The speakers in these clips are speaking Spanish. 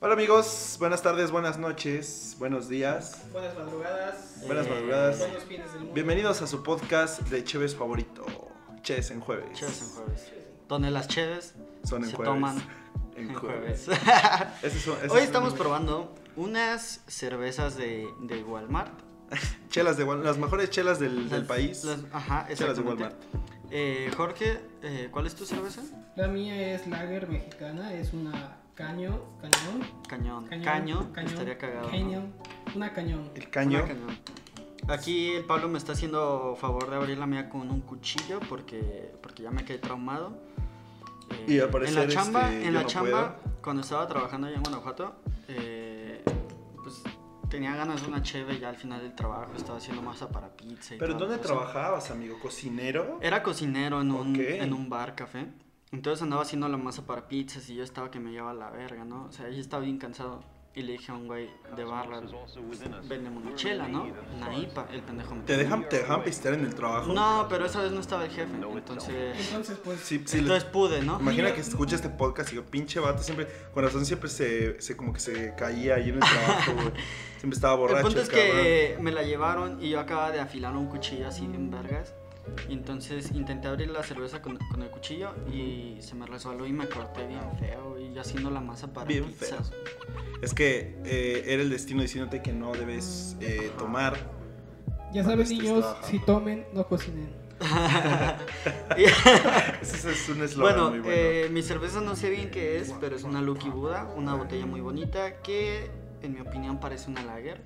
Hola amigos, buenas tardes, buenas noches, buenos días, Buenas madrugadas. buenas madrugadas. Buenos fines del mundo. Bienvenidos a su podcast de Cheves favorito, Cheves en jueves. Cheves en jueves. Donde las cheves Son en se jueves. toman En en jueves. jueves. Ese es un- ese Hoy es estamos un- probando unas cervezas de, de Walmart. Chelas de Wal- las mejores chelas del, del Las- país. las- ajá, chelas de exactamente. Walmart. Eh, Jorge, eh, ¿cuál es tu cerveza? La mía es lager mexicana, es una caño, cañón, Cañón. cañón, Caño, cañón, estaría cagado. ¿no? cañón, una cañón. El Una caño. cañón. Aquí el Pablo me está haciendo favor de abrir la mía con un cuchillo porque, porque ya me quedé traumado. Eh, Y al parecer, en la chamba, este, yo en la no chamba cuando estaba trabajando allá en Guanajuato, eh, pues tenía ganas de una cheve ya al final del trabajo, estaba haciendo masa para pizza y Pero toda ¿dónde la cosa. trabajabas, amigo? ¿Cocinero? Era cocinero en un, Ok. en un bar café. Entonces andaba haciendo la masa para pizzas y yo estaba que me llevaba la verga, ¿no? O sea, yo estaba bien cansado. Y le dije a un güey de barra, vendeme una chela, ¿no? Una IPA, el pendejo. me ¿Te dijo, dejan, te dejan pistear en el trabajo? No, pero esa vez no estaba el jefe, entonces... Entonces, pues, Sí, sí, le- Entonces pude, ¿no? Imagina que escucha este podcast y digo, pinche vato, siempre, con razón siempre se, se como que se caía ahí en el trabajo, güey. Siempre estaba borracho. El punto es cabrón. que me la llevaron y yo acababa de afilar un cuchillo así bien vergas. Y entonces intenté abrir la cerveza con, con el cuchillo y se me resbaló y me corté bien feo. Y yo haciendo la masa para Bien pizzas. Es que eh, era el destino diciéndote que no debes eh, tomar. cuando ya saben estés niños, trabajando. si tomen, no cocinen. Ese es un eslogan bueno, muy bueno. eh, mi cerveza no sé bien qué es, pero es una Lucky Buda, una botella muy bonita que en mi opinión parece una lager.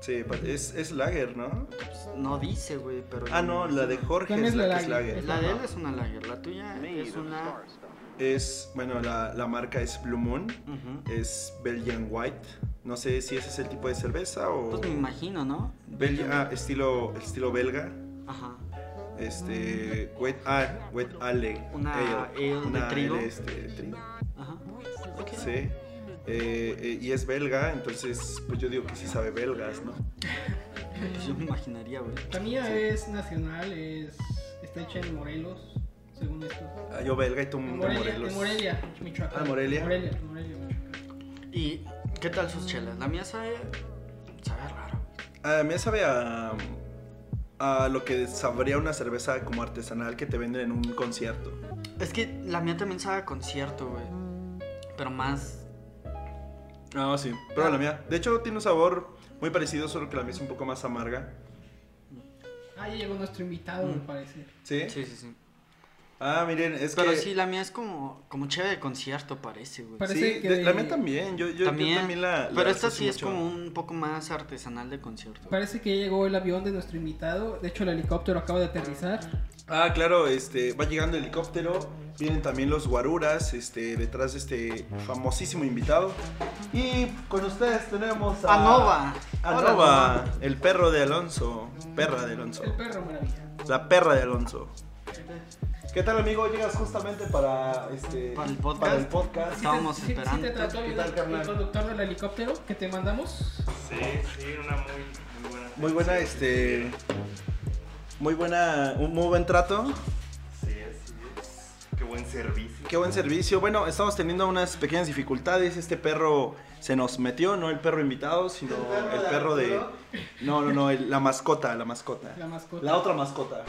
Sí, pa- es, es Lager, ¿no? Pues, No dice, güey, pero... Ah, yo no, me la de imagino. Jorge También es la, que es lager. Lager. La de él es una lager, la tuya es una... Es, bueno, la, la marca es Blue Moon, Ujú. es Belgian White. No sé si ese es el tipo de cerveza o... Pues me imagino, ¿no? Belgi- ah, estilo, estilo belga. Ajá. Este. Wet, ah, wet Ale. Una ale de Una trigo. ale, este, de trigo. Ajá. Sí. Eh, eh, y es belga, entonces, pues yo digo que sí sabe belgas, ¿no? Pues yo me imaginaría, güey. La mía es nacional, es está hecha en Morelos, según esto. Ah, yo belga y tú de En Morelia, Morelos. en Morelia, Michoacán. Ah, Morelia. Morelia, Morelia, Michoacán. ¿Y qué tal sus chelas? La mía sabe... Sabe raro. Ah, me sabe a. a lo que sabría una cerveza como artesanal que te venden en un concierto. Es que la mía también sabe a concierto, güey. Pero más... Ah, sí. Pero la mía. De hecho, tiene un sabor muy parecido, solo que la mía es un poco más amarga. Ah, ya llegó nuestro invitado, Mm. me parece. ¿Sí? Sí, sí, sí. Ah, miren, ¿Eh? es Pero que. sí, la mía es como, como chévere de concierto, parece, güey. Parece Sí, que de- la de- mía también. Yo, yo- yo también, también, la. la pero esta asocio sí es mucho. como un poco más artesanal de concierto. Parece que ya llegó el avión de nuestro invitado, de hecho el helicóptero acaba de aterrizar. Ah, claro, este, va llegando el helicóptero. Vienen también los guaruras, este, detrás de este famosísimo invitado. Y con ustedes tenemos Ah, a. Anova. A Hola, Nova, el perro de Alonso. Perra de Alonso. El perro maravilla. La perra de Alonso. ¿Qué tal, amigo? Llegas justamente para este. Para el podcast. para el podcast. ¿Sí te- Estábamos sí- sí esperando. te trató ¿Qué bien tal, el, carnal? el conductor del helicóptero que te mandamos? Sí, sí, una muy, muy buena. Muy buena, este. Muy buena. Un muy buen trato. Sí, así es. Qué buen servicio. Qué buen servicio. Bueno, estamos teniendo unas pequeñas dificultades. Este perro se nos metió, no el perro invitado, sino el perro de. No, no, no, el- la mascota, la mascota. La mascota. La otra mascota.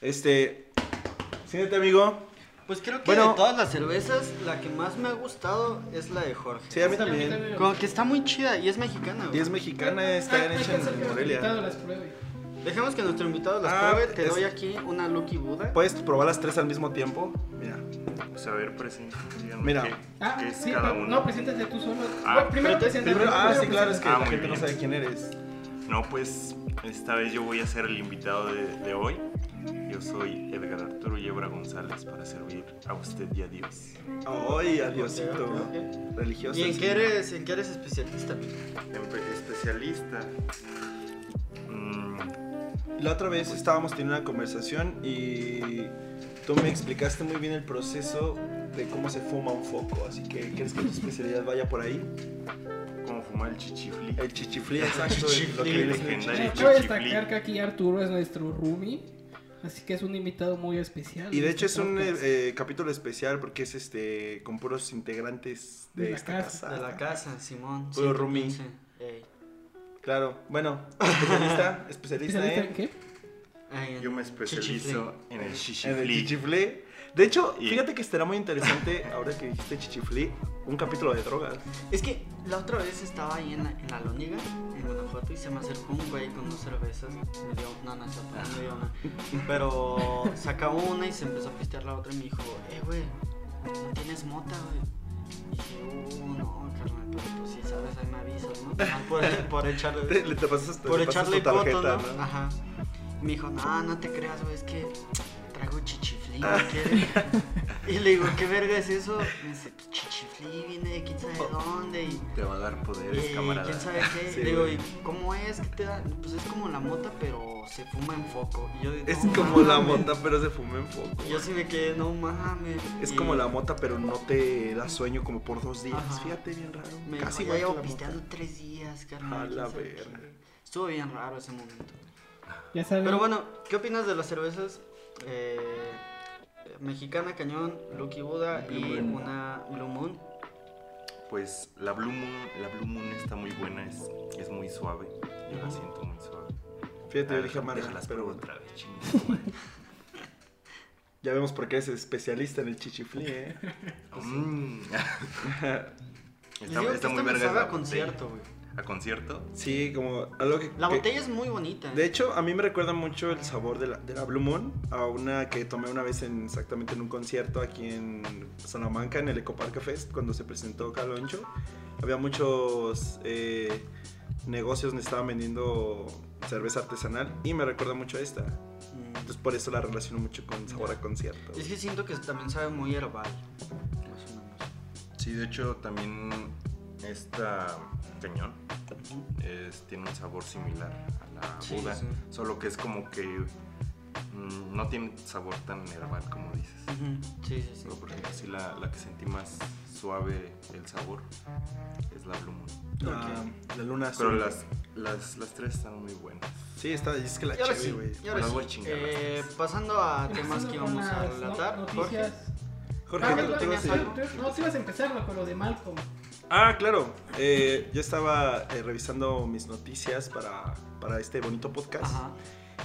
Este. Siéntete, amigo. Pues creo que Bueno. de todas las cervezas, la que más me ha gustado es la de Jorge. Sí, a mí Sí, a mí también. también. Como que está muy chida y es mexicana. güey. Y es mexicana, está Ah, hay que hecha hacer que en el invitado Morelia. las pruebe. Dejemos que nuestro invitado las Ah, pruebe. Te es- Pues, doy aquí una Lucky Buda. Puedes probar las tres al mismo tiempo. Mira. Pues a ver, presente. díganme Mira. qué- Ah, qué es sí, cada pero- uno. no, preséntate tú solo. Ah, Bueno, primero pero- preséntate. Primero- ah, sí, claro, es que preséntate. Ah, la muy gente no bien. sabe quién eres. No, pues esta vez yo voy a ser el invitado de, de hoy. Yo soy Edgar Arturo Yebra González para servir a usted y a Dios. Ay, adiosito. Ok. Religioso. ¿Y en sí. qué eres, en qué eres especialista? Empe- Especialista. Mm, La otra vez estábamos teniendo una conversación y tú me explicaste muy bien el proceso de cómo se fuma un foco, así que ¿crees que tu especialidad vaya por ahí? ¿Cómo fumar el chichifli? El chichiflí, exacto. el- lo que Chichiflí. viene siendo el Legendario. chichiflí. Cabe destacar que aquí Arturo es nuestro roomie. Así que es un invitado muy especial. Y de en hecho es este un podcast. eh, capítulo especial porque es este con puros integrantes de, De la esta casa. casa. De la casa, Simón. Ah. Puro roomie. 115. Ey. Claro, bueno, especialista, especialista ¿Especialista en en, qué? Ay, en Yo me chichifle. especializo en el en el chichifli. chichiflé. De hecho, Y- fíjate que estará muy interesante, ahora que dijiste chichiflé, un capítulo de drogas. Es que la otra vez estaba ahí en la, en la Lóndiga, en Guanajuato, y se me acercó un güey con dos cervezas. Me dio una, no, es cierto, no me dio una. Pero sacaba una y se empezó a pistear la otra y me dijo, eh, güey, no tienes mota, güey. Y dije, uh, no, carnal, pero pues sí, sabes, ahí me avisas, ¿no? Ah, Por, por echarle... Te- Pues le te pasas, te por pasas echarle tu tarjeta, coto, ¿no? ¿no? Ajá. Me dijo, no, no te creas, güey, es que traigo chichiflí. Ah. ¿qué?" y le digo, ¿qué verga es eso? Me dice, pues chichiflí viene de quién sabe dónde. Y, Te va a dar poderes, y camarada. quién sabe qué. Oh, Sí, le digo, güey. ¿y cómo es? que te da? Pues es como la mota, pero se fuma en foco. Y yo, Es "No como la mames". mota, pero se fuma en foco. Y Yo sí me quedé, no mames. Es Y como la mota, pero no te da sueño como por dos días. Ajá. Fíjate, bien raro. Me Casi Casi igual ya que llevo la mota. pisteando tres días, A carnal. quién la sabe verga. qué. Estuvo bien raro ese momento. Ya saben. Pero bueno, ¿qué opinas de las cervezas? Eh, mexicana Cañón, Lucky Buda Blue y Moon. una Blue Moon. Pues la Blue Moon, la Blue Moon está muy buena, es, es muy suave. Yo la siento muy suave. Fíjate, yo Ah, dije a Mario, Déjalas pero pero otra vez, chingas. ya vemos por qué es especialista en el chichiflí, ¿eh? Mm. Les digo está que está esta muy me verga sabe esa a concierto, güey. botella. ¿A concierto? Sí, como algo que... La que- botella es muy bonita. ¿eh? De hecho, a mí me recuerda mucho el sabor de la, de la Blue Moon a una que tomé una vez en, exactamente en un concierto aquí en Salamanca, en el Ecoparque Fest, cuando se presentó Caloncho. Había muchos eh, negocios donde estaban vendiendo cerveza artesanal y me recuerda mucho a esta. pues, Mm. Entonces por eso la relaciono mucho con sabor a concierto. Es que siento que también sabe muy herbal. Más o menos. Sí, de hecho también esta cañón es- tiene un sabor similar a la Sí, Buda, sí. solo que es como que mm, no tiene sabor tan herbal como dices. Ujú. Sí, sí, sí. Pero por ejemplo, sí la, la que sentí más suave el sabor es la Blue Moon. La, Ah, la luna azul. Pero las, las, las tres están muy buenas. Sí, está, es que la Y ahora chévere, sí, güey. y ahora Las sí. voy a chingar las Eh, tres. pasando a temas Empezando que con vamos a las no- relatar, Jorge. noticias. Jorge, Ah, ¿tú- ¿tú tú tenías vas a- algo? No, sí vas a empezar ¿no? con lo de Malcolm. Ah, claro. Eh, yo estaba eh, revisando mis noticias para, para este bonito podcast. Ajá,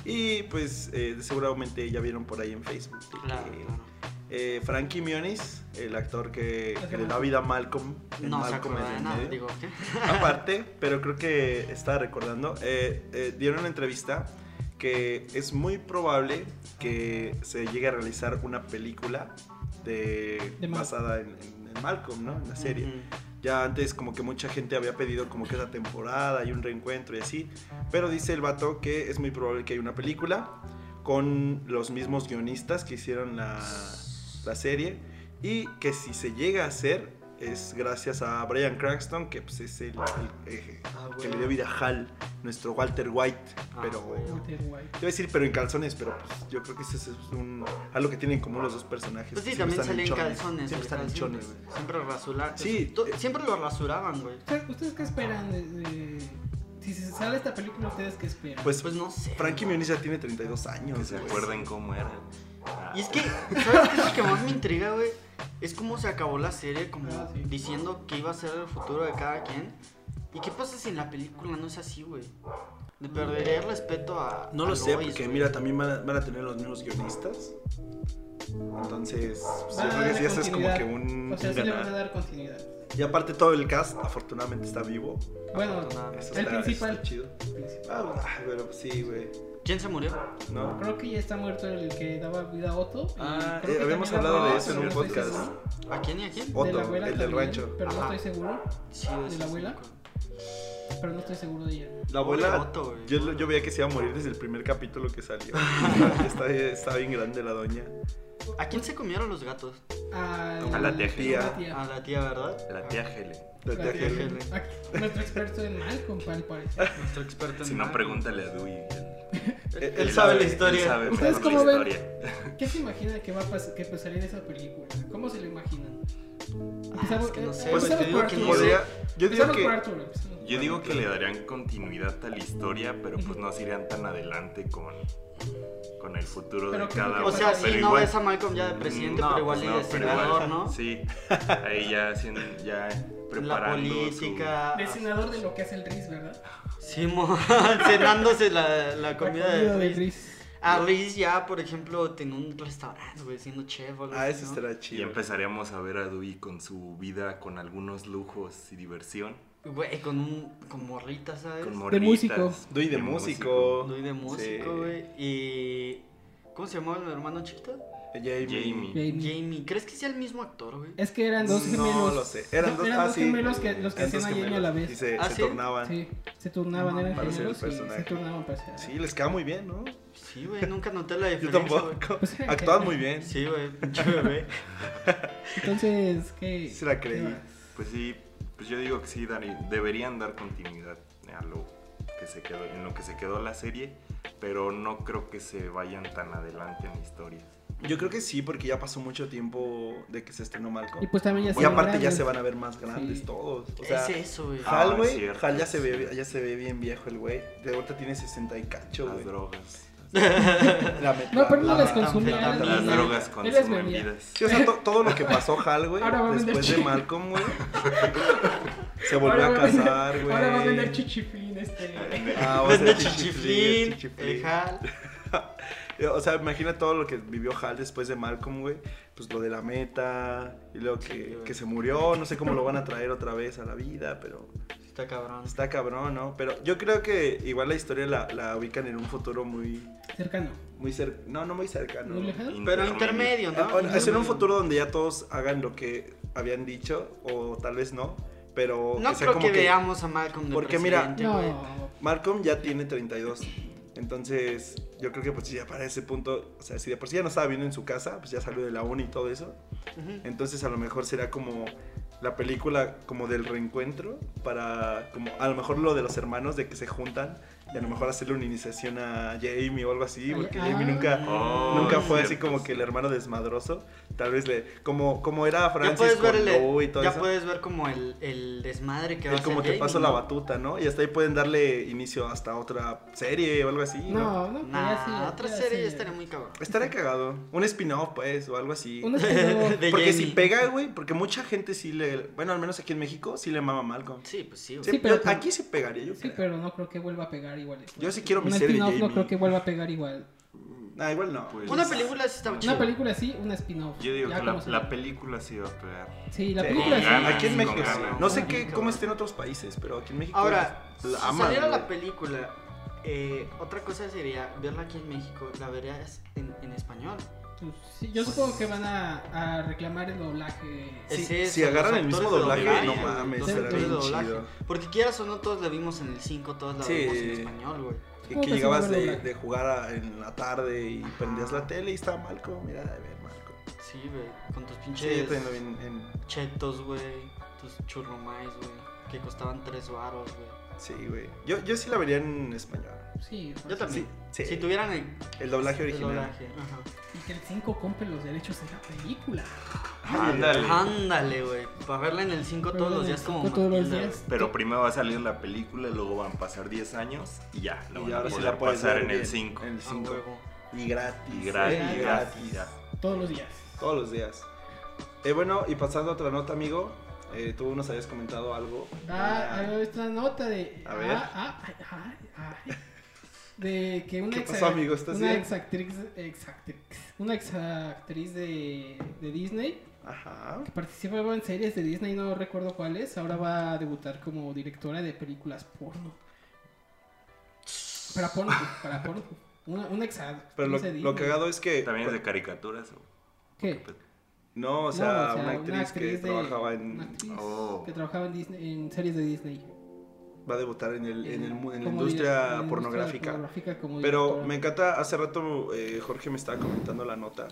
Y pues eh, seguramente ya vieron por ahí en Facebook de claro, que, claro. eh, Frankie Mionis, el actor que, Ajá. que le da vida a Malcolm, en No se Malcolm en acuerda de el nada, medio. digo, ¿qué? aparte, pero creo que estaba recordando, eh, eh, dieron una entrevista que es muy probable que se llegue a realizar una película de, De Malcolm. basada en, en- en Malcolm, ¿no? En la serie. Ujú. Ya antes como que mucha gente había pedido como que esa temporada y un reencuentro y así. Pero dice el vato que es muy probable que haya una película con los mismos guionistas que hicieron la, la serie. Y que si se llega a hacer es gracias a Brian Cranston, que pues, es el, el- eh, Ah, que güey. le dio vida a Hal, nuestro Walter White. Ah, Pero... güey. te Walter White. Iba a decir, pero en calzones, pero pues yo creo que eso es un, algo que tienen en común los dos personajes. Pues que sí, siempre están también en salían chones, calzones. Siempre están güey, en chones. Siempre, siempre rasuraban. Sí, To- eh. Siempre lo rasuraban, güey. ¿Ustedes- ¿Ustedes qué esperan? de- de- si se sale esta película, ¿ustedes qué esperan? Pues, Pues no sé. Frankie güey. Muniz ya tiene 32 años. Que se güey. acuerden cómo era. Ah, Y es que, ¿sabes qué es lo que más me intriga, güey? Es cómo se acabó la serie, como Ah, sí. diciendo que iba a ser el futuro de cada quien. ¿Y qué pasa si en la película no es así, güey? De perdería el respeto a. No a Ah, lo sé, Lois, porque güey. mira, también van a, van a tener los mismos guionistas. Entonces, pues, yo Van a creo que darle sí, eso es como Ah, continuidad. que un. o sea, un sí le van a ganar. dar continuidad. Y aparte, todo el cast, afortunadamente, está vivo. Bueno, Eso El está, eso principal. está chido. Ah, bueno, ah, pero sí, güey. ¿Quién se murió? ¿No? creo que ya está muerto el que daba vida a Otto. y Ah, creo eh, que habíamos también hablado la- de no, eso en pero un no estoy podcast. seguro. ¿a quién y a quién? De la Otto, abuela el del también, rancho. Pero Ajá. no estoy seguro. Sí, ¿De sí, la sí, abuela? me acuerdo. Pero no estoy seguro de ella. La abuela, Pobre Otto, güey. yo, lo- yo veía que se iba a morir desde el primer capítulo que salió. está, está bien grande la doña. ¿A quién se comieron los gatos? A la tía Gela. a la tía. Ah, A la tía, ¿verdad? La tía Gele. La tía La tía Helen. Helen. Ah, Nuestro experto en Malcolm, al parecer. Nuestro experto en Si no, nada. pregúntale a Dewey. Él, Él- Él él sabe la sabe, historia. él sabe ¿Ustedes mejor cómo la ven? historia. ¿Qué se imagina que va a pas- que pasaría en esa película? ¿Cómo se lo imaginan? Ah, es que no sé, Pues, güey, te empezamos digo por que Arturo. no sé. Podría- yo digo Empezamos que. por Arthur, empezamos por Yo digo que claro. le darían continuidad a la historia, pero pues no se irían tan adelante con, con con el futuro Pero de creo cada que- uno. O sea, Bueno, sí, Ah, pero no igual- ves a Malcolm ya de presidente, No, pero igual pues y no, de pero igual, senador, ¿no? Sí, ahí ya, haciendo, ya La preparando su- política. De senador de lo que hace el RIS, ¿verdad? Sí, mo- cenándose la, la comida de Riz. RIS. Ah, Riz ya, por ejemplo, tiene un restaurante, güey, siendo chef o algo Ah, así, eso ¿no? estará Y chido. empezaríamos a ver a Dewey con su vida, con algunos lujos y diversión. Güey, con, un, con morrita, ¿sabes? Con Con morritas, músico. Dewey de músico. de Sí. músico, güey. Y... ¿Cómo se llamaba el hermano chiquito? Jamie. Jamie. Jamie. ¿Crees que sea el mismo actor, güey? Es que eran dos gemelos. No lo sé. Eran No, dos, eran ah, dos sí. gemelos que los que Eran dos hacían a Jamie a gemelos. la Y vez. se, ¿Ah, se sí? tornaban. Sí. Sí, se turnaban, eran Para ser el gemelos y personaje. se turnaban para ser. les queda muy bien, ¿no? Sí, güey, nunca noté la Yo diferencia, güey. tampoco. Pues era Actúan genial. muy bien. Sí, güey, pinche bebé. Entonces, ¿qué? Se la qué creí. más? Pues sí, pues yo digo que sí, Dani, deberían dar continuidad a lo que se quedó, en lo que se quedó la serie, pero no creo que se vayan tan adelante en la historia. Yo creo que sí, porque ya pasó mucho tiempo de que se estrenó Malcolm. Y pues también ya Y se aparte ya grandes. se van a ver más grandes Sí. todos. O sea, es eso, güey. Ah, Hal, es güey. cierto. Hal ya se, ve, ya se ve bien viejo el güey. De ahorita tiene 60 y cacho, Las güey. drogas. ah. La met- No, pero no la- las consumía. metanfetamina. eran Las niñas. drogas Él las consumen vendía. vidas. Sí, o sea, to- todo lo que pasó Hal, güey, Ahora va a vender después de chicle. Malcolm, güey, se volvió Ahora a va vender- casar, güey. Ahora va a vender chichifín este. Ah, va a Vende ser chichiflín, chichiflín. el Hal. O sea, imagina todo lo que vivió Hal después de Malcolm, güey. Pues lo de la meta, y luego Sí, que, güey. que se murió. No sé cómo lo van a traer otra vez a la vida, pero Está cabrón. está cabrón, ¿no? Pero yo creo que igual la historia la, la ubican en un futuro muy, Cercano. muy cercano. No, no muy cercano. ¿Muy lejano? Pero intermedio, ¿no? Ahora, Eh, Es en Intermedio. un futuro donde ya todos hagan lo que habían dicho, o tal vez no, pero No que sea creo como que, veamos a Malcolm de Porque mira, presidente, güey. No. Malcolm ya tiene 32. Entonces, yo creo que pues ya para ese punto, o sea, si de por sí ya no estaba bien en su casa, pues ya salió de la uni y todo eso. Ujú. Entonces, a lo mejor será como la película como del reencuentro para como a lo mejor lo de los hermanos de que se juntan y a lo mejor hacerle una iniciación a Jamie o algo así, porque Ah. Jamie nunca Oh, Nunca fue cierto, así como que el hermano desmadroso. Tal vez le. Como, como era Ya Francis puedes con ver Lou y el, e- todo ya eso. puedes ver como el, el desmadre que va Él a como hacer que pasó Jamie, la ¿no? batuta, ¿no? Y hasta ahí pueden darle inicio hasta otra serie o algo así. ¿no? No, no, pues Nah, ya sí, ya otra sí. serie ya estaría muy cabrón. Estaría cagado. Un spin-off, pues, o algo así. Uno es que De porque Jamie. si pega, güey, porque mucha gente sí le. Bueno, al menos aquí en México sí le mama Malcolm. Sí, pues sí, güey. Sí, Sí, pero yo- tam- aquí sí pegaría, yo no- Sí, creo. pero no creo que vuelva a pegar igual. esto. Yo sí quiero mi Un serie de spin-off no Jamie. creo que vuelva a pegar igual. Ah, igual no. Pues- Una película sí estaba chida. Una película sí, una spin-off. Yo digo Ya que la, como se- la película sí va a pegar. Sí, la Sí. película Con ganas. sí. Aquí en con México. sí. ganas. No sé qué, Con cómo ganas. esté en otros países, pero aquí en México. Ahora, la si aman, saliera la güey. película, eh, otra cosa sería verla aquí en México, la verías en, en español. Pues, sí, yo supongo que van a, a reclamar el doblaje. Sí, Es eso, si agarran los el mismo actores de doblaje, no güey, mames, los será actores de bien doblaje. chido. Porque quieras o no, todos la vimos en el 5, todos la Sí. vimos en español, güey. Que, Como que que llegabas se vuelve de, blanco. de jugar a- en la tarde y Ajá. prendías la tele y estaba Malco, mira, de ver Malco. Sí, güey, con tus Sí, yo pinches también lo vi en, en- chetos, güey, tus churromais, güey, que costaban 3 varos, güey. Sí, güey. Yo, yo sí la vería en español. Sí, o sea, Yo también. Sí, sí. Si tuvieran el, El doblaje el original. doblaje, ajá. Y que el 5 compre los derechos de la película. Ay, Ándale. Ándale, güey. Para verla en el 5 todos Verla en los el días como cinco todos los Matilda, días. güey. Pero primero va a salir la película, luego van a pasar 10 años y ya, la y van a ahora sí poder la puedes pasar ver en el bien, 5. En el A 5. huevo. Y gratis. Y gratis, eh, y gratis. ya. Todos los días. Todos los días. Eh, bueno, y pasando a otra nota, amigo. eh, tú nos habías comentado algo. Ah, Ah, ahí va esta nota de. A ver. Ah, ah, ay, ay, ay. De que una ¿Qué ex, pasó, amigo? ¿Estás una bien? exactriz, exactriz, una exactriz de, de Disney Ajá. que participaba en series de Disney, no recuerdo cuáles, ahora va a debutar como directora de películas porno. Para porno, para porno. Una, una ex Pero lo, lo cagado es que. También es de caricaturas. o- ¿Qué? No, o sea, No, una actriz, que de- trabajaba en. una actriz Oh. que trabajaba en, Disney- en series de Disney. Va a debutar en, el, en, el mu- en la como industria direct- en la pornográfica. pornográfica como Pero directora. me encanta, hace rato eh, Jorge me estaba comentando la nota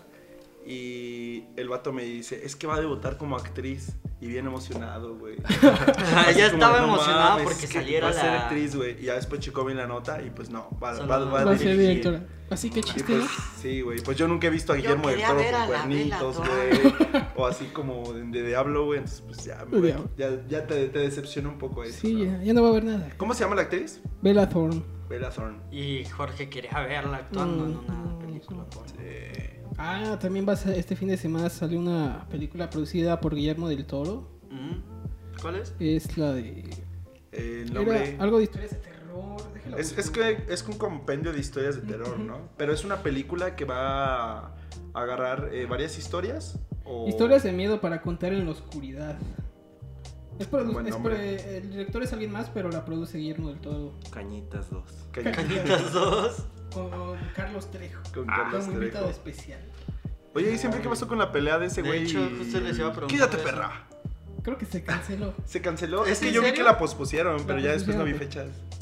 y el vato me dice, es que va a debutar como actriz. Y bien emocionado, güey. Así ya como estaba de, "No emocionada mames, porque es que saliera va a ser la- actriz, güey. Y ya después checó bien la nota y pues no, va, Solo va, no. va Va a a ser dirigir. directora. Así que Y chiste, pues, ¿no? sí, güey. Pues yo nunca he visto a Guillermo del quería Toro ver con a la cuernitos, Bella güey. O así como de, de Diablo, güey. Entonces, pues ya, me voy Diablo. a- ya, ya te, te decepciona un poco eso. Sí, pues, ¿no? ya, ya no va a haber nada. ¿Cómo se llama la actriz? Bella Thorne. Bella Thorne. Y Jorge quería verla actuando en una Mm. película. porno. Ah, también va a ser- este fin de semana sale una película producida por Guillermo del Toro. Ujú. ¿Mm? ¿Cuál es? Es la de. Eh, el era nombre. algo de historias de terror. déjala Es, busco. es que es un compendio de historias de terror, ¿no? Pero es una película que va a agarrar eh, varias historias. O... Historias de miedo para contar en la oscuridad. Es produ- Buen es nombre. pro- el director es alguien más, pero la produce Guillermo del Toro. Cañitas 2. que- Cañitas 2. Con Carlos Trejo. con Ah, Carlos Con un invitado Trejo. especial. Oye, ¿y siempre qué pasó con la pelea de ese De güey? hecho, justo les iba a preguntar Quédate, eso. perra. Creo que se canceló. Se canceló. ¿Es Es que en yo vi que serio? la pospusieron, pero La ya después no vi pospusieron. fechas.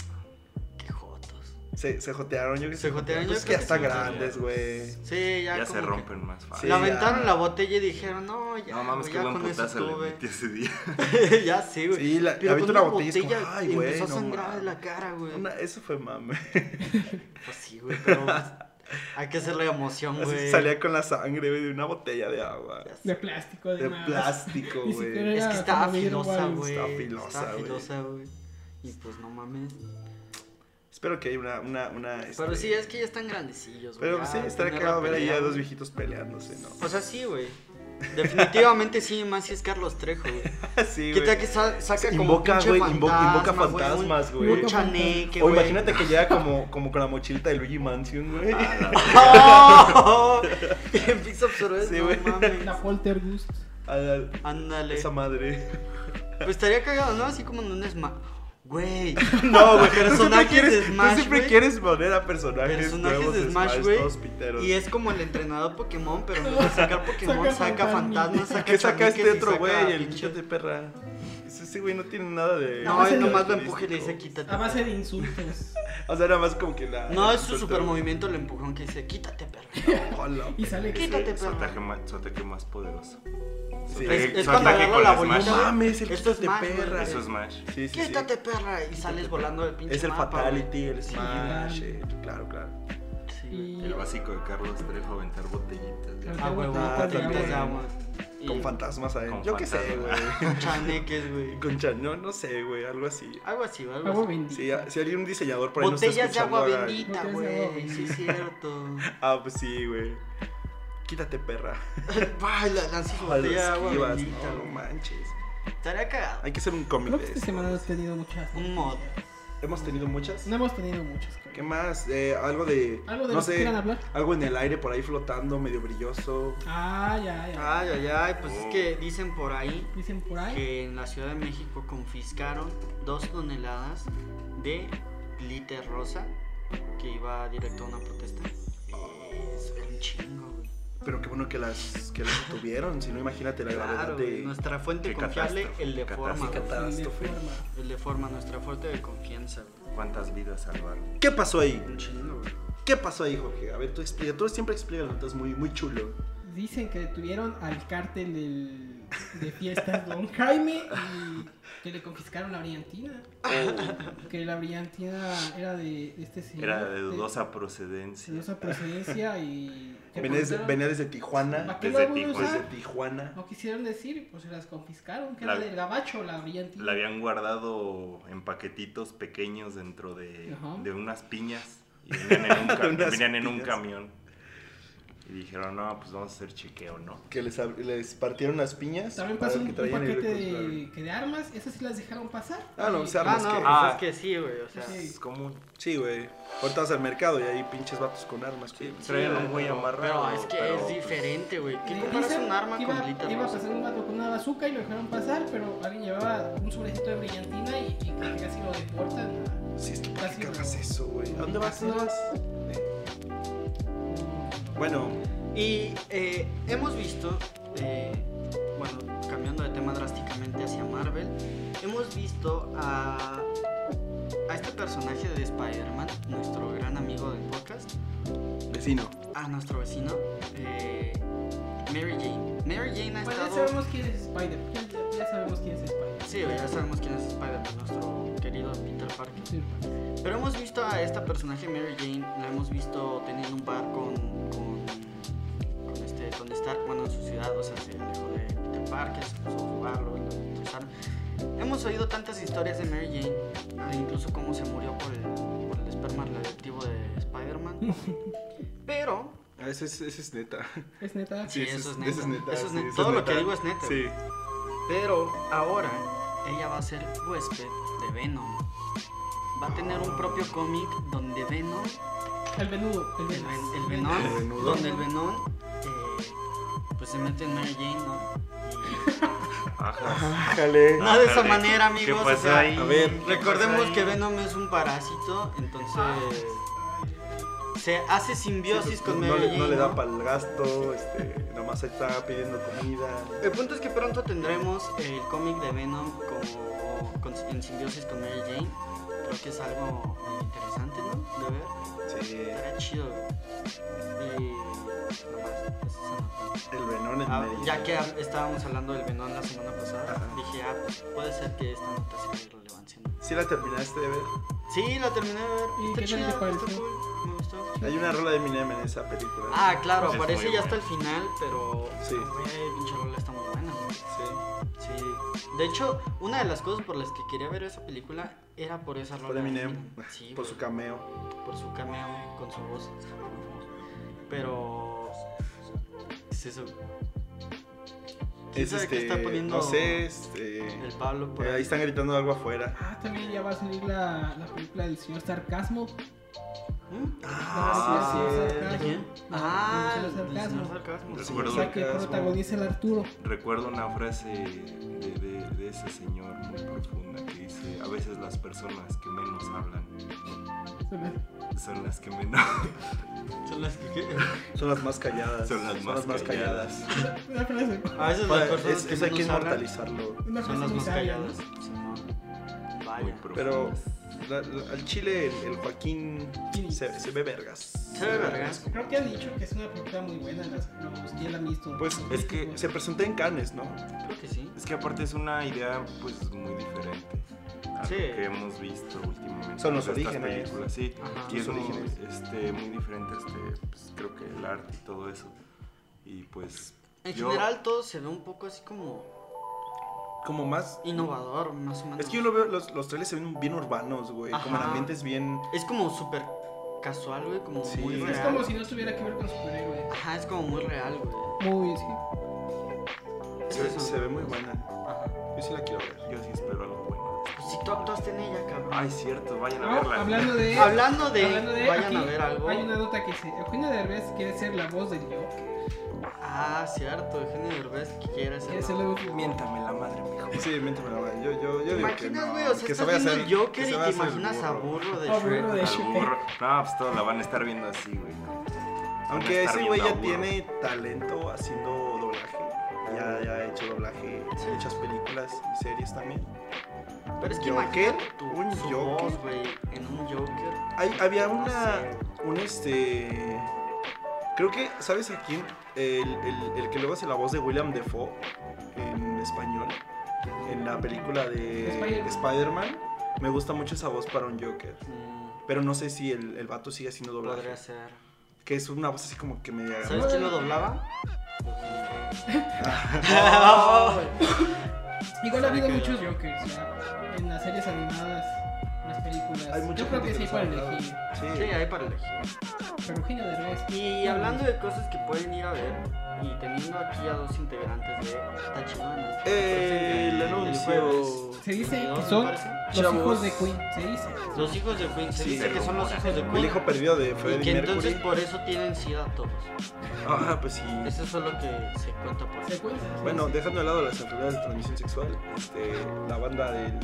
Qué jotos. Se, se jotearon, yo que Se jotearon, Pues yo es que creo ya que están se jotearon. grandes, güey. Sí, ya. Ya como se que- rompen más Sí, fácil. Le aventaron ya. la botella y dijeron, no, ya. no mames, güey, qué ya buen con eso putazo le estuve. metí ese día. ya sí, güey. Sí, la- Pero aventó con una una botella y es botella, como, "Ay, güey, empezó no a sangrar de mames". la cara, güey. Una- eso fue mame. Pues sí, güey, pero pues, hay que hacerle emoción, Así güey. salía con la sangre, güey, de una botella de agua. Ya sé. De plástico, De además. plástico, Ni siquiera güey. Es Era que estaba como vidrio, filosa, güey. güey. Estaba filosa, Estaba güey. filosa, güey. Y pues no mames. Espero que haya una. una, una Pero este, sí, es que ya están grandecillos, güey. Pero ya sí, estaría tener cagado la ver ahí pelea, a dos güey. viejitos peleándose, ¿no? O sea, sí, güey. Definitivamente sí, más si es Carlos Trejo, güey. sí, ¿Qué güey. tal que sa- saca como Invoca, pinche güey, invo- invoca fantasma, güey, fantasmas, un- güey. Un chaneque, O güey. imagínate que llega como, como con la mochilita de Luigi Mansion, güey. Ah, ¡Oh! Y empieza a absorber, Sí, no güey. mames. La Poltergust. A la- Ándale. esa madre. Pues estaría cagado, ¿no? Así como en un Smash. Güey. No, güey, tú siempre Personajes quieres, de tú Smash, siempre güey. quieres poner a personajes, Personajes nuevos de Smash, güey. todos piteros. Y es como el entrenador Pokémon, pero en vez de sacar Pokémon, Saca saca, fantasma. fantasmas, saca ¿Qué saca chaneques este y otro saca güey? El pinche- bicho de perra. Ese ese güey no tiene nada de. No, él el- nomás lo empuja y le dice A quítate. base de insultos. O sea, nada más como que la. No, la es su suelta. super movimiento el empujón que dice quítate, perro. Hola, Y sale que. Quítate, Su ataque perro. más, su ataque más poderoso. Sí. Ataque- Es- es su cuando ataque agarra con la Smash. bolita, güey. Mames, el Esto es de Smash, güey. perra. Eso es Smash. Sí, sí, sí. Quítate, perra. Y sales volando del pinche Es el mapa, Fatality, el Sí, Smash. güey. eh, Claro, claro. güey. Sí, güey. Y- El básico de Carlos Trejo, aventar botellitas. de Ah, Ah, agua. huevo, Ah, patitas también. de agua. Con Y fantasmas adentro. con Yo qué sé, fantasmas. güey. Chaneques, güey. Con chan, no, no sé, güey, algo así. Algo así, algo Agua así. bendita. Sí, a- si hay un diseñador por ahí nos está Botellas de escuchando, agua haga- bendita, Botellas de agua güey. Sí, es cierto. Ah, pues sí, güey. Quítate, perra. Baila, lanza su A las botella de agua esquivas, bendita, no, no güey. manches. Estaría cagado. Hay que hacer un cómic Creo de que esta esto. semana no hemos tenido muchas. Un mod. Hemos tenido muchas. No hemos tenido muchas, creo. ¿Qué más? Eh, algo de. ¿Algo de no lo que sé. quieran hablar? Algo en el aire por ahí flotando, medio brilloso. Ah, ya, ya. Ay, ay, ay. Pues es oh. que dicen por ahí Dicen por ahí. que en la Ciudad de México confiscaron dos toneladas de glitter rosa que iba directo a una protesta. Eso era un chingo, güey. Pero qué bueno que las que las tuvieron. si no, imagínate la Claro, gravedad güey, de. nuestra fuente Qué confiable, catástrofe, el de forma. catástrofe. güey. de catástrofe. forma. El de forma, nuestra fuente de confianza, güey. ¿Cuántas vidas salvaron? ¿Qué pasó ahí? Un chingo, güey. ¿Qué pasó ahí, Jorge? A ver, tú explica. Tú siempre explicas, entonces muy, muy chulo. Dicen que detuvieron al cártel del- de fiestas Don Jaime y que le confiscaron la brillantina. Que la brillantina era de este señor. Era de dudosa procedencia. dudosa procedencia y... que Venía desde, preguntaron, venía desde Tijuana. ¿Para qué desde la voy a Tijuana. Desde usar? Tijuana. No quisieron decir, pues se las confiscaron, que La- era del gabacho la brillantina. La habían guardado en paquetitos pequeños dentro de, Ajá. de unas piñas. Y venían en un, ca- Unas venían en un piñas. camión. Y dijeron, no, pues vamos a hacer chequeo, ¿no? Que les, ab- les partieron las piñas. También para pasó ver un, qué un Ah, traían y paquete recuperaron. de, que de armas, esas sí las dejaron pasar. Ah, no, Y- se arma. Ah, Más no, que- pues Ah. es que sí, güey. O sea, Sí. Es como Sí, güey. Ahorita vas al mercado y hay pinches vatos con armas. güey. Sí, traen un güey, güey pero- amarrado. Pero es que pero, es pues, diferente, güey. ¿Qué Le comparas dicen un arma Eh, que con iba, glitter Iba a rosa? pasar un vato con una bazooka y lo dejaron pasar, pero alguien llevaba un sobrecito de brillantina y, y creo que casi lo deportan. Sí, es que ¿por Casi, qué güey. cargas eso, güey? ¿A dónde vas? ¿A dónde vas? Bueno, Y eh, hemos visto, eh, bueno, cambiando de tema drásticamente hacia Marvel, hemos visto a, a este personaje de Spider-Man, nuestro gran amigo del podcast, vecino. a nuestro vecino, eh, Mary Jane. Mary Jane ha Bueno, Pues ya estado... sabemos quién es Spider. ya sabemos quién es Spider-Man. Sí, ya sabemos quién es Spider-Man, nuestro querido Peter Parker. Pero hemos visto a esta personaje Mary Jane, la hemos visto teniendo un bar con, con, con este Tony Stark, bueno, en su ciudad, o sea, se alejó de Peter Parker, se puso a jugarlo, lo destrozaron. Hemos oído tantas historias de Mary Jane, e incluso cómo se murió por el, por el esperma radioactivo de Spider-Man. Pero, Ah, ese es, ese es neta. Es neta. sí, ese eso es- ese es es neta. neta, Eso es sí, neta. ese es Todo lo neta. que digo es neta. Sí. Pero ahora ella va a ser huésped de Venom. Va a tener un propio cómic donde Venom, El venudo. El el, venudo. ven- el Venom, El venudo. donde el Venom, eh, pues se mete en Mary Jane, ¿no? Ah, Ajá. Jale. No de esa Ándale. manera, amigos. ¿Qué o pasó sea, ahí? a ver, ¿Qué pasó Recordemos ahí? que Venom es un parásito, entonces se hace simbiosis Sí, pues, con no, Mary le, Jane. no le da ¿no? para el gasto, este, nada más está pidiendo comida. El punto es que pronto tendremos el cómic de Venom como con- en simbiosis con Mary Jane. Creo que es algo interesante, ¿no? De ver. Sí, Estará chido. eh, Y nada más, esa nota. el venón en Ah, Mérida. ya que hab- estábamos hablando del Venom la semana pasada, Ajá. dije, ah, pues, puede ser que esta nota sea de relevancia. ¿no? ¿Sí la terminaste de ver? Sí, la terminé de ver. ¿Y Está qué tal chida, te está pareció? cool, me gustó. Hay una rola de Minem en esa película. Ah, claro, Pues Es aparece muy ya hasta el final, pero. Sí. Güey, pinche rola está muy buena, güey. Sí, Sí. De hecho, una de las cosas por las que quería ver esa película era por esa rola. por de Eminem, Eminem. Sí, por por su cameo. por su cameo con su voz. Pero. Es eso. ¿Quién Es sabe qué este, está poniendo no sé, este, el Pablo por eh, ahí están gritando algo afuera. Ah, también ya va a salir la, la película del señor Sarcasmo. ¿Mm? Ah, sí, sí, ¿De Sarcasmo. quién? Ah, del señor del señor Sarcasmo. Sarcasmo. sí. Recuerdo- O sea, que Sarcasmo. protagoniza el Arturo. Recuerdo una frase de, de- de ese señor muy profunda que dice, a veces las personas que menos hablan son las que menos... Son las que. ¿qué? Son las más calladas. Son las más calladas. Una frase, A veces Para- las personas es- que eso hay menos que hablan inmortalizarlo. una frase son las muy más sabia, calladas. ¿no? Simón. Muy Vaya. profundas. Pero la- la- al chile, el, el Joaquín se, se ve vergas. Se ve vergas. Creo que han dicho que es una película muy buena. Las, los que la han visto. Pues, Los es que críticos. Se presentó en Cannes, ¿no? Creo que sí. Es que aparte es una idea pues muy diferente a Sí. lo que hemos visto últimamente. Son los de estas orígenes. películas, sí. Ajá. Y es Los muy, orígenes. este, muy diferente, este, pues, creo que el arte y todo eso. Y pues... En yo- general todo se ve un poco así como Como más. innovador, más o menos. Es que yo lo veo, los, los trailers se ven bien urbanos, güey. Como el Ajá. ambiente es bien. Es como súper casual, güey, como Sí. muy Es real. Es como si no tuviera que ver con superhéroes. Ajá, es como muy real, güey. Muy, sí. Es Se, eso. se ve muy buena. Ajá. Yo sí la quiero ver. Yo sí espero algo bueno. Pues si tú actuaste en ella, cabrón. Ay, cierto, vayan a No, verla. hablando de. Hablando de, hablando de- vayan aquí a ver algo. Hay una nota que dice: Eugenio Derbez quiere ser la voz del Joker. Ah, cierto, Eugenio Derbez que quiere hacer. Quiere ser la voz del Miéntame la madre, mijo. Sí, mientras me la van. Yo, yo, yo ¿Te digo que. imaginas, no, güey? O que sea, se estás vaya a viendo hacer el Joker y se te vaya a hacer el imaginas a burro de A burro Shrek. de- Al Shrek. burro. No, pues todos la van a estar viendo así, güey. Van a Aunque estar ese güey viendo ya a burro. tiene talento haciendo doblaje. Ya, ya ha hecho doblaje Sí. en muchas películas y series también. Pero es que Joker, imagínate tu, un su Joker. voz, güey, en un Joker. Hay- había No una. sé. Un este. Creo que, ¿sabes a quién? El, el- el que luego hace la voz de William Defoe en español, en la película de Spider-Man. Spider-Man. Me gusta mucho esa voz para un Joker. Mm, Pero no sé si el, el vato sigue haciendo doblaje. podría ser. Que es una voz así como que media. ¿Sabes quién lo doblaba? Igual Sabe ha habido que- muchos Jokers. ¿no? En las series animadas, en las películas. Hay mucha Yo creo que gente sí los para ha doblado. elegir. Sí, Sí. hay para elegir. Pero Eugenio Derbez. Y hablando de cosas que pueden ir a ver, y teniendo aquí a dos integrantes de Tachibana. Eh, el anuncio. jueves Se dice que 22, me son parece. Los Chavos. hijos de Queen, se dice. Los hijos de Queen, se Sí, dice se que son los hijos de Queen. El hijo perdido de y que Freddie entonces Mercury. por eso tienen sida todos. Ah, pues sí. Eso es lo que se cuenta por Se cuenta. Bueno, dejando de lado las enfermedades de transmisión sexual, este, la banda del,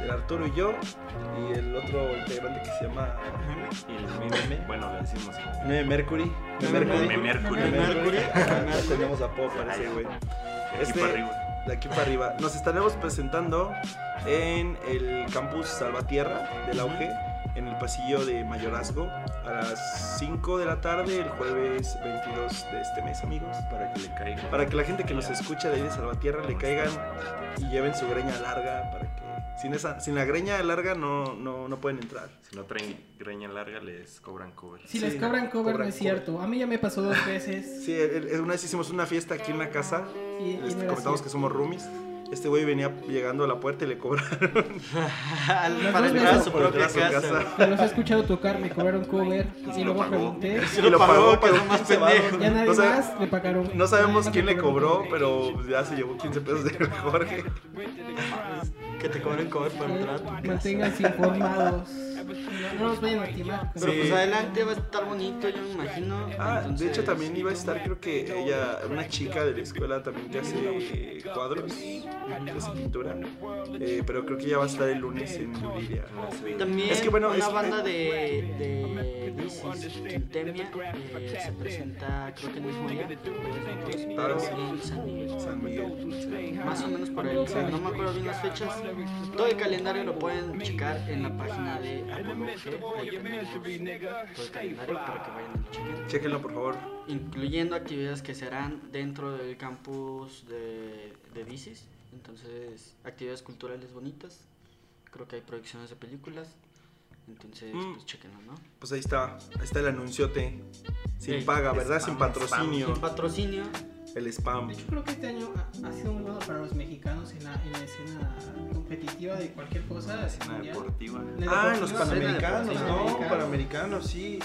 del Arturo y yo, y el otro integrante que se llama El meme, bueno, le decimos. Meme Mercury. Meme Meme Mercury. Meme Mercury. Meme Mercury. Meme Mercury. Ah, ya Tenemos apodo para ese güey. Aquí Este- para arriba. De aquí para arriba. Nos estaremos presentando en el campus Salvatierra del Auge en el pasillo de Mayorazgo a las 5 de la tarde el jueves 22 de este mes, amigos. Para que le caiga. Para que la gente que nos escucha de ahí de Salvatierra le caigan y lleven su greña larga para que sin esa sin la greña larga no no, no pueden entrar. Si no traen greña larga, les cobran cover. Sí, Si les cobran cover, cobran no es cierto. A mí ya me pasó dos veces. Sí, el- el- una vez hicimos una fiesta aquí en la casa. y- y Les no era Este, comentamos que cierto. somos roomies. Este güey venía llegando a la puerta y le cobraron Para entrar a dos veces. su por entrar propia a su casa. casa. Pero los he escuchado tocar, me cobraron cover y, lo luego pagó. pregunté. Si lo pagó, quedó más 15 varos. pendejo. Ya nadie No sabe- más le pagaron. No sabemos Nadie más quién le cobró, cover. pero pues, ya se llevó 15 pesos de Jorge. Que te cobren cover para entrar a tu pues, casa. Manténganse informados. No nos vayan a timar. Pero Sí. pues adelante va a estar bonito, yo me imagino. Ah, de Entonces, hecho también iba a estar, creo que ella, una chica de la escuela también que hace eh, cuadros, que hace pintura, Eh, pero creo que ella va a estar el lunes en Liria. También Es que, bueno, una es- banda de, de Isis, Quintemia, eh, se presenta creo que el mismo día, pero en San Miguel. San Miguel. Más o menos por ahí, no me acuerdo bien las fechas. Todo el calendario lo pueden checar en la página de Apologé, ahí tenemos todo el calendario para que vayan y lo chequen. Chéquenlo por favor. Incluyendo actividades que se harán dentro del campus de, de Isis, entonces actividades culturales bonitas, creo que hay proyecciones de películas, entonces Mm. pues chequenlo, ¿no? Pues ahí está, ahí está el anunciote. Sin Ey, paga, ¿verdad? Sin spam, patrocinio. Sin patrocinio, El spam. De hecho, creo que este año ha- ha sido muy bueno para los mexicanos en la, en la escena competitiva de cualquier cosa. Una mundial, deportiva. En Ah, en los deportiva, panamericanos, en los ¿no? panamericanos, Panamericanos, sí.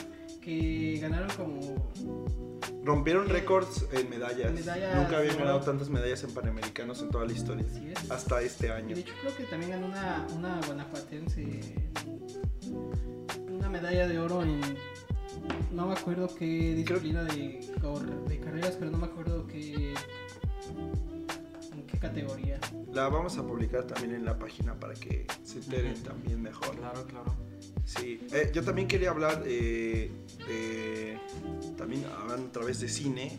Que ganaron como. Rompieron récords en medallas. Medallas, Nunca habían ¿no? ganado tantas medallas en panamericanos en toda la historia. Así es. Hasta este Y año. de hecho, creo que también ganó una, una guanajuatense. Una medalla de oro en. No me acuerdo qué disciplina de, cor- de carreras, pero no me acuerdo qué. En qué categoría. La vamos a publicar también en la página para que se enteren Ujú. también mejor. claro, claro. Sí, Eh, yo también quería hablar eh, de. También hablando a través de cine,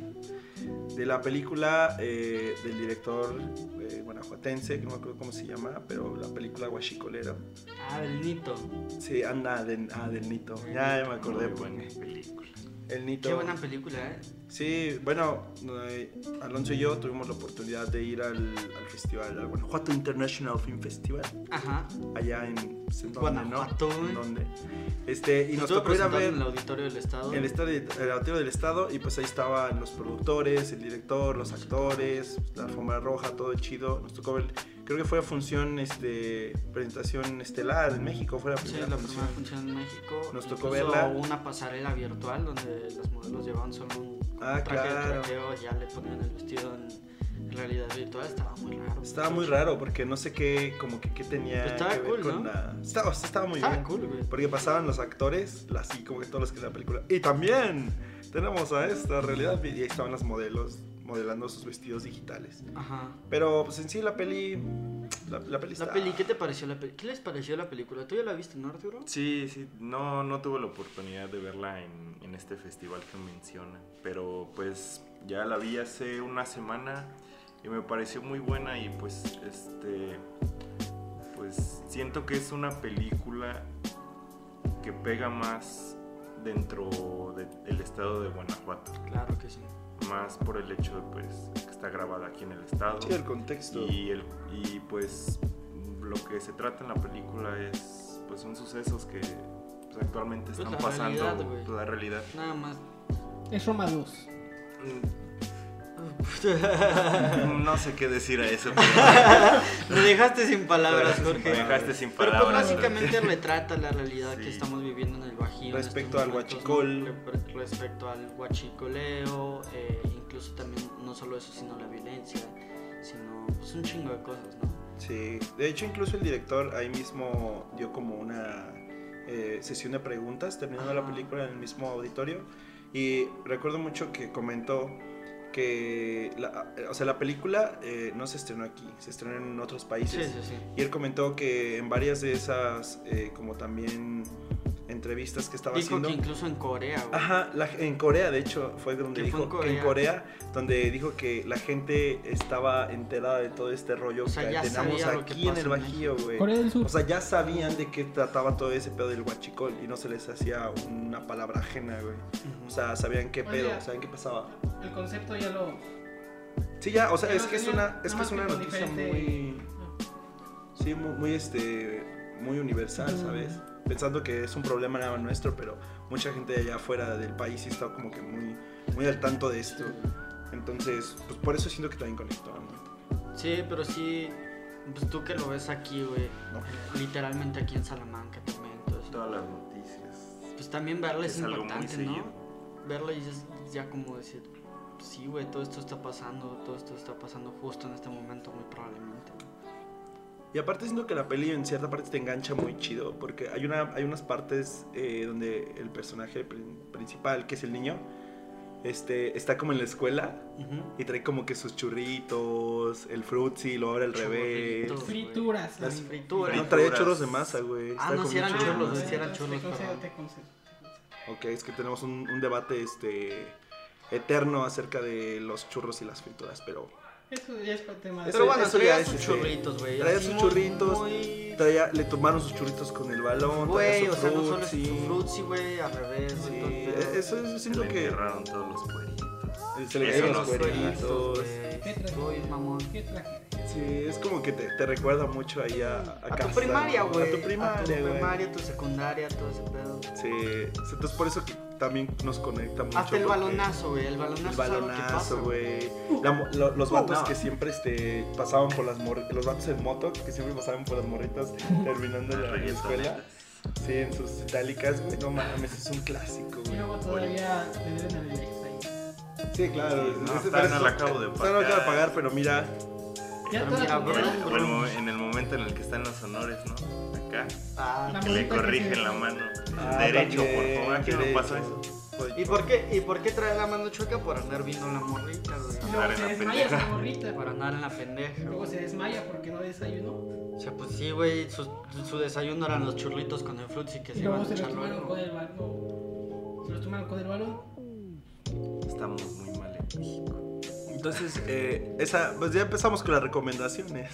de la película eh, del director eh, guanajuatense, que no me acuerdo cómo se llama, pero la película Guachicolero. Ah, el Nito, Sí, anda, del, ah, del Nito. Ya, ya me acordé, Muy pues. buena película. El Nito. qué buena película, ¿eh? Sí, bueno, eh, Alonso y yo tuvimos la oportunidad de ir al, al festival, al Guanajuato International Film Festival. Ajá. allá en, pues, en donde, Guanajuato, ¿no? güey. En donde. Este, y nos Estuvo tocó ir a presentado ver en el auditorio del estado. el estadio, el auditorio del estado y pues ahí estaban los productores, el director, los actores, pues, la alfombra roja, todo chido. Nos tocó ver, creo que fue función, este, presentación estelar en México, fue la Sí, primera la función. primera función en México. Nos tocó Incluso verla. hubo una pasarela virtual donde las modelos llevaban solo un Ah, traje claro. de traqueo, ya le ponían el vestido en realidad virtual. Estaba muy raro. Estaba muy raro porque no sé qué, como que qué tenía Pero estaba que ver cool, con ¿no? la... Estaba, o sea, estaba muy Estaba bien. cool, güey. Porque pasaban los actores, así como que todos los que de la película. Y también tenemos a esta realidad. Y ahí estaban las modelos modelando sus vestidos digitales. Ajá. Pero pues en sí la peli. La, la peli La está- peli, ¿qué te pareció la peli? ¿Qué les pareció la película? ¿Tú ya la viste, no, Arturo? Sí, sí, no, no tuve la oportunidad de verla en, en este festival que menciona, pero pues ya la vi hace una semana y me pareció muy buena y pues este, pues siento que es una película que pega más dentro de- del estado de Guanajuato, Claro que sí. más por el hecho de pues que está grabada aquí en el estado. Sí, el contexto. Y, el- y, pues lo que se trata en la película es, pues son sucesos que pues, actualmente Pues, están la pasando, realidad, güey. pues, la realidad. Nada más. Es Roma 2. Mm, no sé qué decir a eso. pero- Me dejaste sin palabras, Me Jorge. me dejaste sin Pero palabras. pues básicamente retrata la realidad que Sí. estamos viviendo en el Bajío. en Respecto estos al momentos, huachicol. ¿no? Re- Respecto al huachicoleo, eh, incluso también no solo eso, sino la violencia, sino pues un chingo de cosas, ¿no? Sí. De hecho, incluso el director ahí mismo dio como una eh, sesión de preguntas terminando la Ajá. película en el mismo auditorio. Y recuerdo mucho que comentó que, la, o sea, la película eh, no se estrenó aquí, se estrenó en otros países. sí, sí. Y él comentó que en varias de esas, eh, como también en entrevistas que estaba Dijo haciendo. que incluso en Corea, güey. Ajá, la- en Corea, de hecho, fue donde Que dijo fue en que en Corea. Corea, donde dijo que la gente estaba enterada de todo este rollo O sea, que ya tenemos sabía lo que aquí en pasa el en Bajío, güey. Corea del Sur. O sea, ya sabían de qué trataba todo ese pedo del huachicol y no se les hacía una palabra ajena, güey. Ujú. O sea, sabían qué O pedo, sea- sabían qué pasaba. El concepto ya lo. Sí, ya, o sea, Ya es lo que es tenían, una, es nada que es más una que con noticia muy, diferente- sí, muy, muy, este, muy universal, ¿sabes? Pensando que es un problema nada nuestro, pero mucha gente de allá afuera del país sí está como que muy, muy al tanto de esto. Entonces, pues por eso siento que también conectó, ¿no? Sí, pero sí, pues tú que lo ves aquí, güey, literalmente aquí en Salamanca también, entonces, Todas las noticias. pues también verlo es, Es algo muy importante, ¿no? seguido. Verlo y es ya como decir, pues, sí, güey, todo esto está pasando, todo esto está pasando justo en este momento, muy probablemente. güey. Y aparte siento que la peli en cierta parte te engancha muy chido, porque hay, una, hay unas partes eh, donde el personaje prin- principal, que es el niño, este, está como en la escuela Ujú. Y trae como que sus churritos, el frutzi, lo abre al revés. Churritos. Frituras. Las ay. frituras. No Ah, traía Frituras. churros de masa, güey. Ah, Estaba no, con sí eran mucho churros, churro. güey, sí eran te churros, concedo, perdón. este te concedo. Ok, es que tenemos un, un debate este eterno acerca de los churros y las frituras, pero Eso ya es para tema. de- Eso- Pero bueno, eso ya traía es, sus este, churritos, güey. traía así sus muy- churritos, muy- traía- le tomaron sus churritos con el balón, Güey, traía o su sea, no solo es frutzi. tu frutzi, güey, al revés, Sí, güey, todo el pedo. e- eso es Se siento le que enterraron todos los cueritos. se le Eso caen no los es cueritos. güey. ¿Qué traje? Soy un mamón. ¿Qué traje? Sí, es como que te, te recuerda mucho ahí a, a A tu casa, primaria, ¿no? güey. A tu primaria, tu güey. primaria, tu secundaria, todo ese pedo. Sí, entonces por eso que también nos conecta mucho. Hasta el porque- balonazo, güey. El balonazo. El es algo que pasa, balonazo, güey. La mo- lo- los Uh, vatos no. que siempre este, pasaban por las morritas. Los vatos en moto que siempre pasaban por las morritas terminando la, la escuela. Sí, en sus itálicas, güey. No mames, es un clásico, Y güey. luego todavía le deben al Alexa ahí. Sí, claro. Sí, no, ese- Stan pero no la eso- acabo de Stan no la acabo de pagar. pagar, pero mira. Ya Ah, Pero toda mira, tu bro. vida- O el mo- en el momento en el que están los honores, ¿no? Acá. Ah, Que le música que se- corrigen la mano. ah, derecho, también, por favor. Aquí derecho. no Pues, pasó eso. ¿Y por qué, y por qué traer la mano chueca? Por andar viendo la morrita, Y güey. luego Andar en se la desmaya pendeja. esa morrita. Por andar en la pendeja. Luego güey. se desmaya porque no desayunó. O sea, pues sí, güey. Su, su desayuno eran los churritos con el frutzi que Y se iban luego a se los echar tomaron luego. con el balón. Se los tomaron con el balón. Estamos muy mal en México. Entonces, eh, esa, pues ya empezamos con las recomendaciones.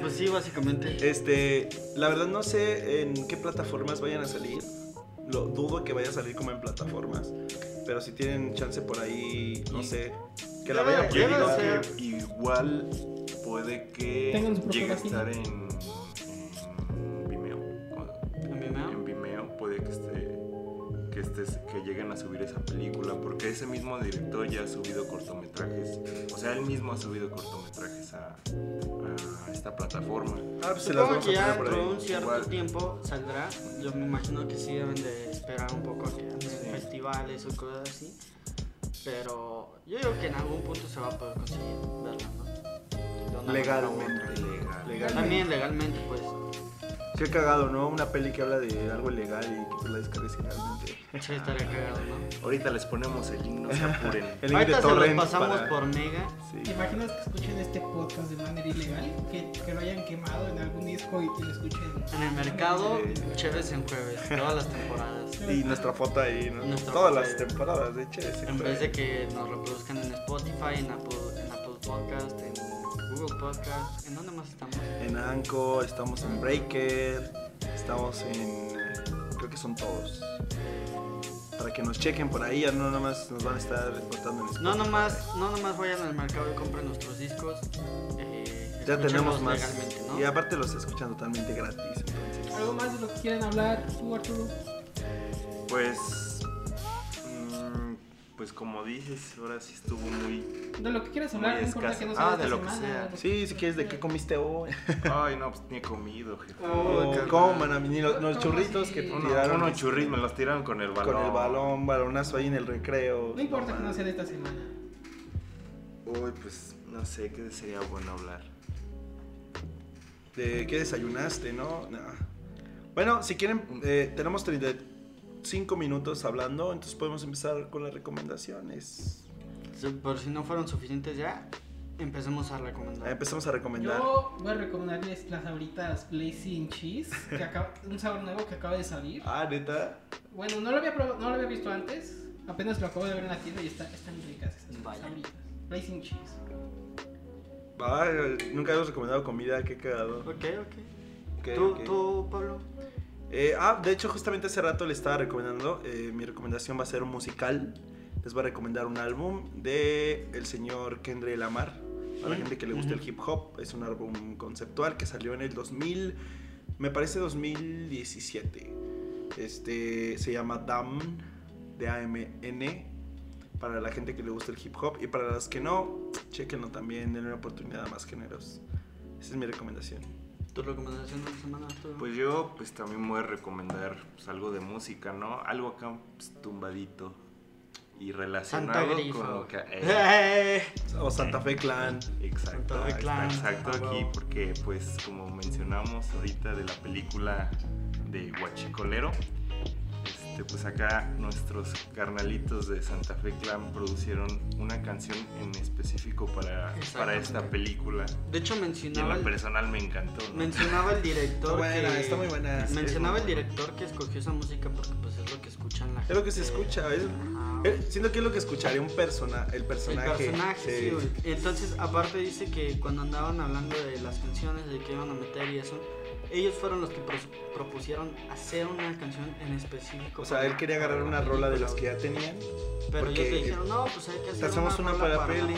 Pues sí, básicamente. Este, la verdad no sé en qué plataformas vayan a salir. Lo dudo que vaya a salir como en plataformas. Pero si tienen chance por ahí, no Y- sé. Que la Debe- vayan Yo debe poniendo. digo ser. que igual puede Tengan su que propia llegue a página. estar en, en Vimeo. o- ¿En Vimeo? En Vimeo puede que esté que estés que lleguen a subir esa película porque ese mismo director ya ha subido cortometrajes, o sea, él mismo ha subido cortometrajes a, a esta plataforma. Ah, pues se las Supongo vamos a que ya poner por dentro de ahí. un cierto Igual. tiempo saldrá. Yo me imagino que sí deben de esperar un poco a que anden festivales o cosas así. Pero yo digo que en algún punto se va a poder conseguir verla, ¿no? De una manera u Legalmente. Legal. Legal. otra. También legalmente, pues. Qué cagado, ¿no? Una peli que habla de algo legal y que tú la descargues ilegalmente. Sí, estaría cagado, ¿no? Ahorita les ponemos el link, no se apuren. El link Ahorita de se los torrent pasamos para- por Mega. ¿Te Sí. imaginas que escuchen este podcast de manera ilegal? Que, que lo hayan quemado en algún disco y, y lo escuchen. En el mercado, Sí. Cheves en jueves, todas las temporadas. Y nuestra foto ahí, ¿no? Nuestra Todas foto las ahí. temporadas, de hecho. ese En fue- vez de que nos reproduzcan en Spotify, en Apple, en Apple Podcast, en Google Podcast, ¿en dónde más estamos? En Anco, estamos en Breaker, estamos en. Creo que son todos. Para que nos chequen por ahí, ya no nada más nos van a estar reportando en Spotify. No nomás, no nomás vayan al mercado y compren nuestros discos. eh, Ya tenemos escúchenlos más. legalmente, ¿no? Y aparte los escuchan totalmente gratis, entonces. ¿Algo más de lo que quieran hablar tú, Arturo? Pues. mm, pues como dices, ahora sí estuvo muy. De lo que quieras hablar, Muy no importa escaso. que no Ah, sea esta de lo que semana. sea. Sí, si quieres, ¿de qué comiste hoy? Ay, no, pues ni he comido, jefe. Oh, O carnal. coman a mí, ni los, los churritos que te Uno- tiraron. este, unos churris me los tiraron con el balón. Con el balón, balonazo ahí en el recreo. No importa que no mames. sea de esta semana. Uy, pues no sé qué sería bueno hablar. de qué desayunaste, ¿no? Nah. Bueno, si quieren, eh, tenemos 35 minutos hablando, entonces podemos empezar con las recomendaciones. Si- Por si no fueron suficientes ya, empecemos a Ah, recomendar. Empezamos a recomendar. Yo voy a recomendarles las ahoritas Blazing Cheese, que acaba, un sabor nuevo que acaba de salir. Ah, neta. Bueno, no lo había, probado- no lo había visto antes. Apenas lo acabo de ver en la tienda y está, están ricas estas Vaya. sabritas. Racing cheese. Va, eh, nunca hemos recomendado comida, qué cagado. Ok, ok. Ok, ¿Tú, ok. tú, Pablo? Eh, ah, de hecho, justamente hace rato le estaba recomendando. eh, mi recomendación va a ser un musical. Les voy a recomendar un álbum de el señor Kendrick Lamar. Para la Mm, gente que le gusta el ujú. hip hop, es un álbum conceptual que salió en el 2000, me parece 2017. Este se llama Damn, de AMN. Para la gente que le gusta el hip hop y para las que no, chequenlo también, denle una oportunidad a más géneros. Esa es mi recomendación. ¿Tu recomendación de la semana? tú? Pues yo pues también voy a recomendar pues, algo de música, ¿no? Algo acá pues, tumbadito y relacionado Santa Grifa. con lo que... eh, ¡Eh! O Santa Fe Clan. Exacto, Santa Fe está Clan. exacto Ah, aquí huevo. porque pues como mencionamos ahorita de la película de Huachicolero, este, pues acá nuestros carnalitos de Santa Fe Clan producieron una canción en específico para, para esta Exactamente. película De hecho, y en mencionaba lo el, personal me encantó. ¿no? mencionaba el director. Está buena, que- está muy buena. Mencionaba el Sí, muy buena. director que escogió esa música porque pues es lo que escuchan la gente. Es lo que se escucha, es- Ajá, Eh, Siento que es lo que escucharé un persona, el El personaje. personaje, sí, eh, güey. Entonces, aparte dice que cuando andaban hablando de las canciones, de qué iban a meter y eso, ellos fueron los que pros- propusieron hacer una canción en específico. o sea, para- él quería agarrar para una la rola de película, las que ya tenían. Pero ellos porque le dijeron, no, pues hay que hacer hacemos una rola para la peli".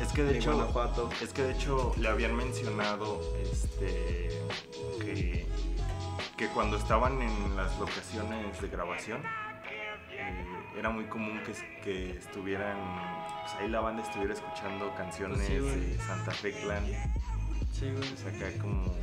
Es que de De hecho... Guanajuato. Es que de hecho le habían mencionado este que, que cuando estaban en las locaciones de grabación eh, era muy común que, es- que estuvieran pues ahí la banda estuviera escuchando canciones Pues sí, güey. de Santa Fe Clan, Sí, güey. pues acá como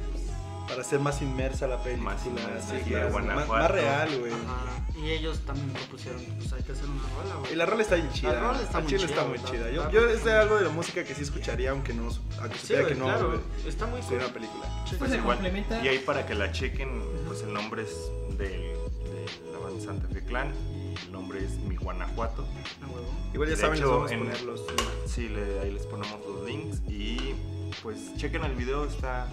Para ser más inmersa la película. Más inmersa, sí, sí, claro, de más- Guanajuato. Más, real, güey. Ajá. Y ellos también propusieron, pues hay que hacer una rola, güey. Y la rola está bien chida. La rola está Al muy chile chida, está muy la- chida. la- Yo, la- yo es de algo de la música que sí escucharía, aunque no, aunque Sí, supiera güey, que no claro, güey, está muy sería cool. una película. Esto Pues se igual, complementa. y ahí para que la chequen, pues el nombre es del, de la banda Santa Fe Clan y el nombre es Mi Guanajuato. A huevo. Igual ya De saben, hecho, les vamos a en- poner los. Sí, le- ahí les ponemos los links y pues chequen el video, está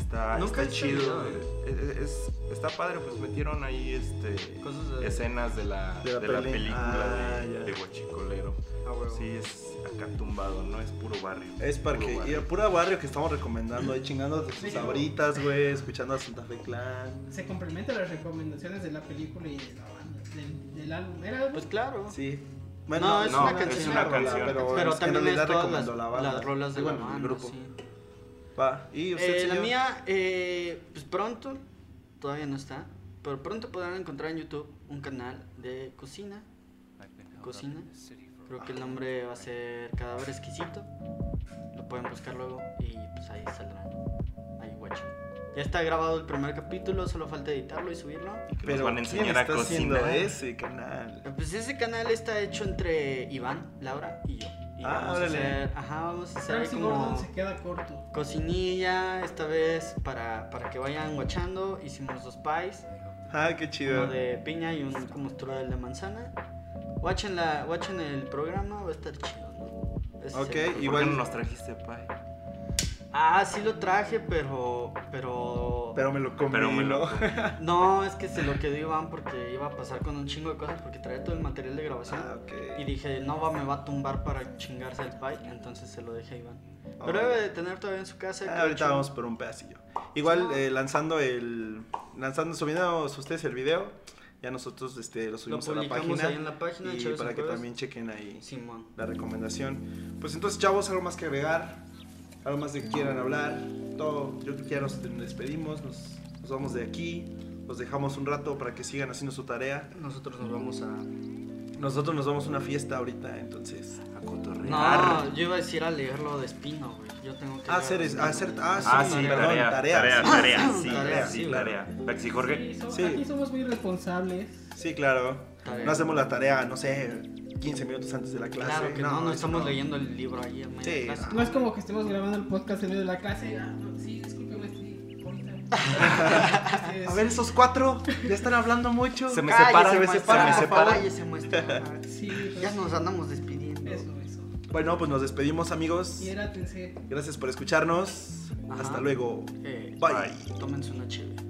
está, Nunca he visto está el chido, video, eh, es- está padre, pues metieron ahí este Cosas de- escenas de la, de la de la peli. película Ah, de, ya. de Huachicolero. A huevo. Sí, es acá tumbado, no es puro barrio. Es para que. puro Y barrio. el puro barrio que estamos recomendando, ahí chingando de Sí. sus sabritas, güey, escuchando a Santa Fe Clan. Se complementa las recomendaciones de la película y de la banda, del, del álbum. ¿Era álbum? Pues claro. Sí. No, es una es canción. una rola, canción. pero, Pero en también es realidad todas las, recomendó la banda. las rolas de Y bueno, la el banda, grupo. sí. Va. ¿Y usted, Eh, la señor? mía, eh, pues pronto, todavía no está, pero pronto podrán encontrar en YouTube un canal de cocina. Cocina. Creo que el nombre va a ser Cadáver Exquisito. Lo pueden buscar luego y pues ahí saldrá. Ahí, guacho. Ya está grabado el primer capítulo, solo falta editarlo y subirlo. Y que Pero nos van a ¿quién enseñar a está haciendo cocinar. ese canal? Eh, Pues ese canal está hecho entre Iván, Laura y yo. Y Ah, vamos órale. a hacer, ajá, vamos a hacer ahí Travis como... Gordon se queda corto. cocinilla esta vez para, para que vayan guachando. Hicimos dos pies, Ah, qué uno chido. de piña y uno como strudel de manzana. Watchen, la, watchen el programa, va a estar chido, ¿no? Ese es Ok, el- ¿Por Igual- qué no nos trajiste pie? Ah, sí lo traje, pero... pero... Pero me lo comí, Pero me lo ¿no? comí. No, es que se lo quedó Iván porque iba a pasar con un chingo de cosas porque traía todo el material de grabación. Ah, ok. Y dije, no va, me va a tumbar para chingarse el pie, entonces se lo dejé a Iván. Ah, Pero vale. debe de tener todavía en su casa. Ah, creo ahorita yo. vamos por un pedacillo. Igual eh, lanzando el. Lanzando, subiendo ustedes el video. Ya nosotros este, lo Lo subimos a la publicamos página. ahí en la página. y Chéveres para en que Jueves. también chequen ahí Simón. la recomendación. Pues entonces, chavos, algo más que agregar. Algo más de que quieran hablar. Todo. Yo creo que ya nos despedimos. Nos, nos vamos de aquí. Los dejamos un rato para que sigan haciendo su tarea. Nosotros nos vamos a. Nosotros nos vamos a una fiesta ahorita, entonces. A cotorrear. No, yo iba a decir a leerlo de Espino, güey. Yo tengo que. Ah, leer hacer es- Espino, hacer- güey. ah, Ah, Sí, sí, perdón, tarea, tareas. tarea, tarea, sí, Tarea, sí, sí, tarea. Taxi Jorge. Sí, so- Sí. Aquí somos muy responsables. Sí, claro. Tarea. No hacemos la tarea, no sé, 15 minutos antes de la clase. Claro que no, no, eso estamos leyendo el libro ahí en medio Sí, de clase. no. No es como que estemos grabando el podcast en medio de la clase. Ah, no, sí, discúlpeme, sí, ahorita. Sí, A ver, esos cuatro ya están hablando mucho. Se me Cállese, separan, maestra, se me separan, por se favor, separan. cállese, maestra. Sí, Ya nos andamos despidiendo. Eso, eso. Bueno, pues nos despedimos, amigos. Hidrátense. Gracias por escucharnos. Ajá. Hasta luego. Eh, Bye. Bye. tómense una chévere.